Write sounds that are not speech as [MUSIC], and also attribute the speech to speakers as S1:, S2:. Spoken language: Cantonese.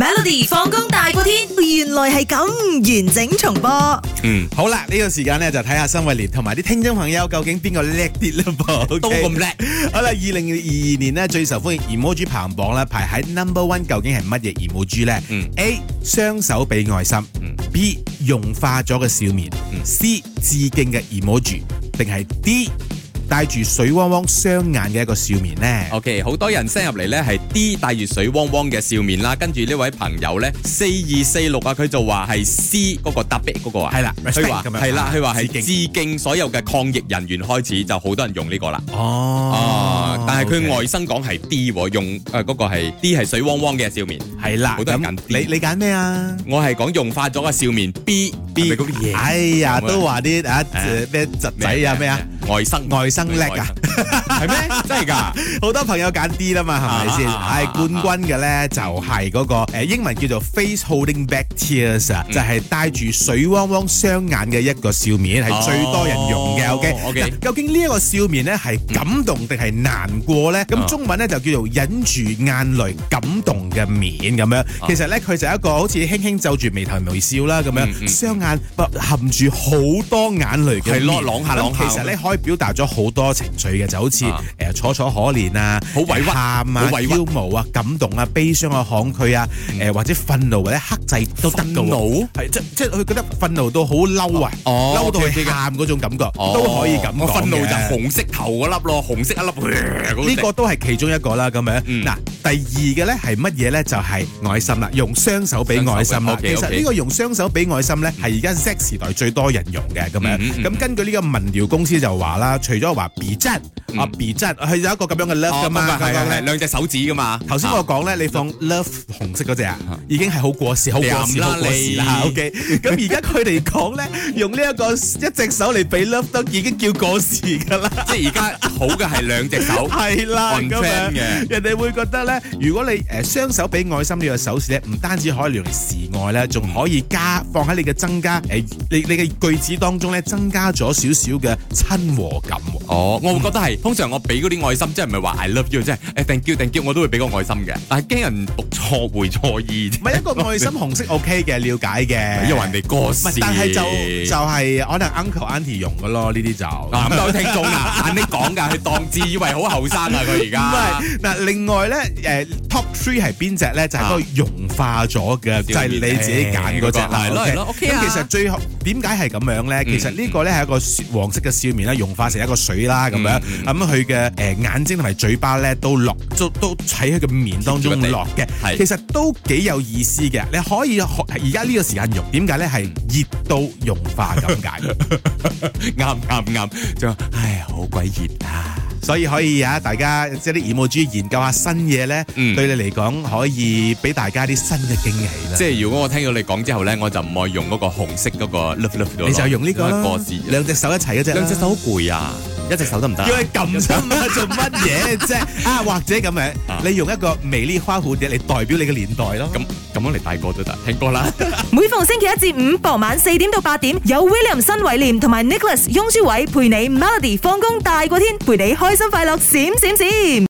S1: Melody 放工大過天，原來係咁完整重播。
S2: 嗯，
S3: 好啦，呢、個時間咧就睇下新慧蓮同埋啲聽眾朋友究竟邊個叻啲啦噃，OK？
S2: [LAUGHS] 都咁叻。
S3: 好啦，二零二二年呢，最受歡迎 emoji 排行榜啦，排喺 number one 究竟係乜嘢 emoji 咧、
S2: 嗯
S3: a 雙手俾愛心、
S2: 嗯
S3: b 融化咗嘅笑面、
S2: 嗯
S3: c 致敬嘅 emoji，定係 D 帶住水汪汪雙眼嘅一個笑面呢？
S2: OK，好多人 send 入嚟呢係 D 帶住水汪汪嘅笑面啦，跟住呢位朋友呢，四二四六啊，佢就話係 C 嗰個特別嗰個啊，
S3: 係啦
S2: 佢話
S3: respect 咁樣啊
S2: 係啦，佢話係
S3: 致敬
S2: 致敬所有嘅抗疫人員開始，就好多人用呢個啦。
S3: 哦
S2: 啊，但係
S3: OK
S2: 佢外甥講係 D 喎，用誒嗰個係 D 係水汪汪嘅笑
S3: [LAUGHS]
S2: 面，
S3: 係啦，
S2: 好多人
S3: 咁
S2: 揀 D
S3: 你你揀咩啊？
S2: 我係講融化咗嘅笑面啊 B B 嗰啲嘢，
S3: 哎呀，都話啲啊
S2: 誒
S3: 咩侄仔啊咩啊？
S2: 外甥
S3: 外甥叻啊！
S2: 係咩？真係㗎？
S3: 好多朋友揀 D 啦嘛，係咪先？
S2: 啊啊啊
S3: 係冠軍嘅咧，就係嗰個誒英文叫做 face holding back tears
S2: 嗯
S3: 啊，就係帶住水汪汪雙眼嘅一個笑面，係最多人用
S2: 哦
S3: 嘅。OK
S2: OK
S3: 嗱究竟呢一個笑面咧係感動定係難過咧？咁
S2: 啊
S3: 中文咧就叫做忍住眼淚感動嘅面咁樣。
S2: 啊
S3: 其實咧佢就係一個好似輕輕皺住眉頭微笑啦咁
S2: 嗯嗯
S3: 樣，雙眼含住好多眼淚嘅
S2: 係咯
S3: 面
S2: 啷下
S3: 咁
S2: 啷下
S3: 其實
S2: 咁
S3: 咧可以表達咗好多情緒嘅，就好似
S2: 啊
S3: 誒楚楚可憐啊。
S2: 好委屈
S3: 喊啊
S2: 好、委屈嗯
S3: 驕傲啊、感動啊、悲傷啊、抗拒啊，誒、或者憤怒或者克制 [LAUGHS] 都得㗎
S2: 憤
S3: 喎
S2: 怒，
S3: 係即即係佢覺得憤怒到好嬲啊，嬲、
S2: 哦
S3: 到
S2: OK，OK，
S3: 去喊嗰種感覺、
S2: 哦
S3: 都可以咁講
S2: 我憤怒就
S3: 嘅
S2: 紅色頭嗰粒咯，紅色一粒。
S3: 呢個都係其中一個啦，咁樣嗱、
S2: 嗯
S3: 第二嘅咧係乜嘢咧？就係、愛心啦，用雙手俾愛心啦
S2: 雙手。
S3: 其
S2: 俾
S3: 實
S2: OK，OK
S3: 呢個用雙手俾愛心咧，係而家 Z 時代最多人用嘅咁樣。咁、
S2: 嗯嗯嗯
S3: 根據呢個民調公司就話啦，除咗話 B 質
S2: 嗯
S3: 啊 B 質，佢有一個咁樣嘅 love 噶嘛，
S2: 係
S3: 嗰個呢
S2: 係兩隻手指噶嘛。
S3: 頭先我講咧，你放 love 紅色嗰只啊，已經係好過時、好過時、
S2: 掂啦
S3: 好過時啦。
S2: 你
S3: OK，咁而家佢哋講咧，用呢一個一隻手嚟俾 love 都已經叫過時㗎
S2: [LAUGHS]
S3: 啦。
S2: 即係而家好嘅係兩
S3: [LAUGHS]
S2: 隻手。
S3: 係啦，
S2: On
S3: 咁
S2: trend
S3: 樣
S2: 嘅
S3: [LAUGHS] 人哋會覺得咧，如果你誒雙手俾愛心呢個手勢咧，唔單止可以用嚟示愛咧，仲可以加放喺你嘅增加誒，你你嘅句子當中咧，增加咗少少嘅親和感喎。
S2: 哦，我會覺得係通常我俾嗰啲愛心，即係唔係話 I love you，即係誒 thank you thank you，我都會俾個愛心嘅，但係驚人讀錯會錯意啫
S3: [LAUGHS] 唔，係一個愛心紅色 OK 嘅，了解 [LAUGHS] 嘅。
S2: 因為人哋過
S3: 唔係
S2: 時。
S3: 但係就就係可能 uncle auntie 用嘅咯，呢啲就。
S2: 嗱咁多聽眾
S3: [LAUGHS]
S2: 啦，眼你講㗎，佢當自以為好後生啊，佢而
S3: 唔
S2: 家。
S3: 係嗱，另外咧，誒 top three 係邊只咧？就係
S2: 啊
S3: 嗰個融化咗嘅，就係你自己揀嗰只啦。
S2: 係咯
S3: OK？
S2: 係咯，OK 啊嗯
S3: 咁其實最後點解係咁樣咧？其實呢個咧係一個雪黃色嘅笑面啦，融化成一個水啦咁樣。
S2: 嗯
S3: 咁佢嘅誒眼睛同埋嘴巴咧都落，都都喺佢嘅面當中落嘅。
S2: 係
S3: 其實都幾有意思嘅。你可以學而家呢個時間用，點解咧
S2: 嗯
S3: 係熱到融化咁
S2: [LAUGHS]
S3: 解？
S2: 啱啱啱，就話唉好鬼熱啊！
S3: 所以可以啊，大家即係啲 emoji 研究下新嘢咧，
S2: 嗯
S3: 對你嚟講可以俾大家啲新嘅驚喜啦。
S2: 即係如果我聽到你講之後咧，我就唔愛用嗰個紅色嗰個 love love 咗
S3: 你就用呢個
S2: 因為
S3: 啦
S2: 過時，
S3: 兩隻手一齊嗰隻啦，
S2: 兩隻手好攰啊，一隻手得唔得啊
S3: 叫？佢撳啫嘛，做乜嘢啫？啊，或者咁樣
S2: 啊，
S3: 你用一個美麗花蝴蝶嚟代表你嘅年代咯。
S2: 咁咁樣嚟大個都得，聽歌啦。
S1: 每逢星期一至五傍晚四點到八點，有 William 新偉廉同埋 Nicholas 雍舒偉陪你 Melody 放工大過天，陪你開心快樂閃閃閃。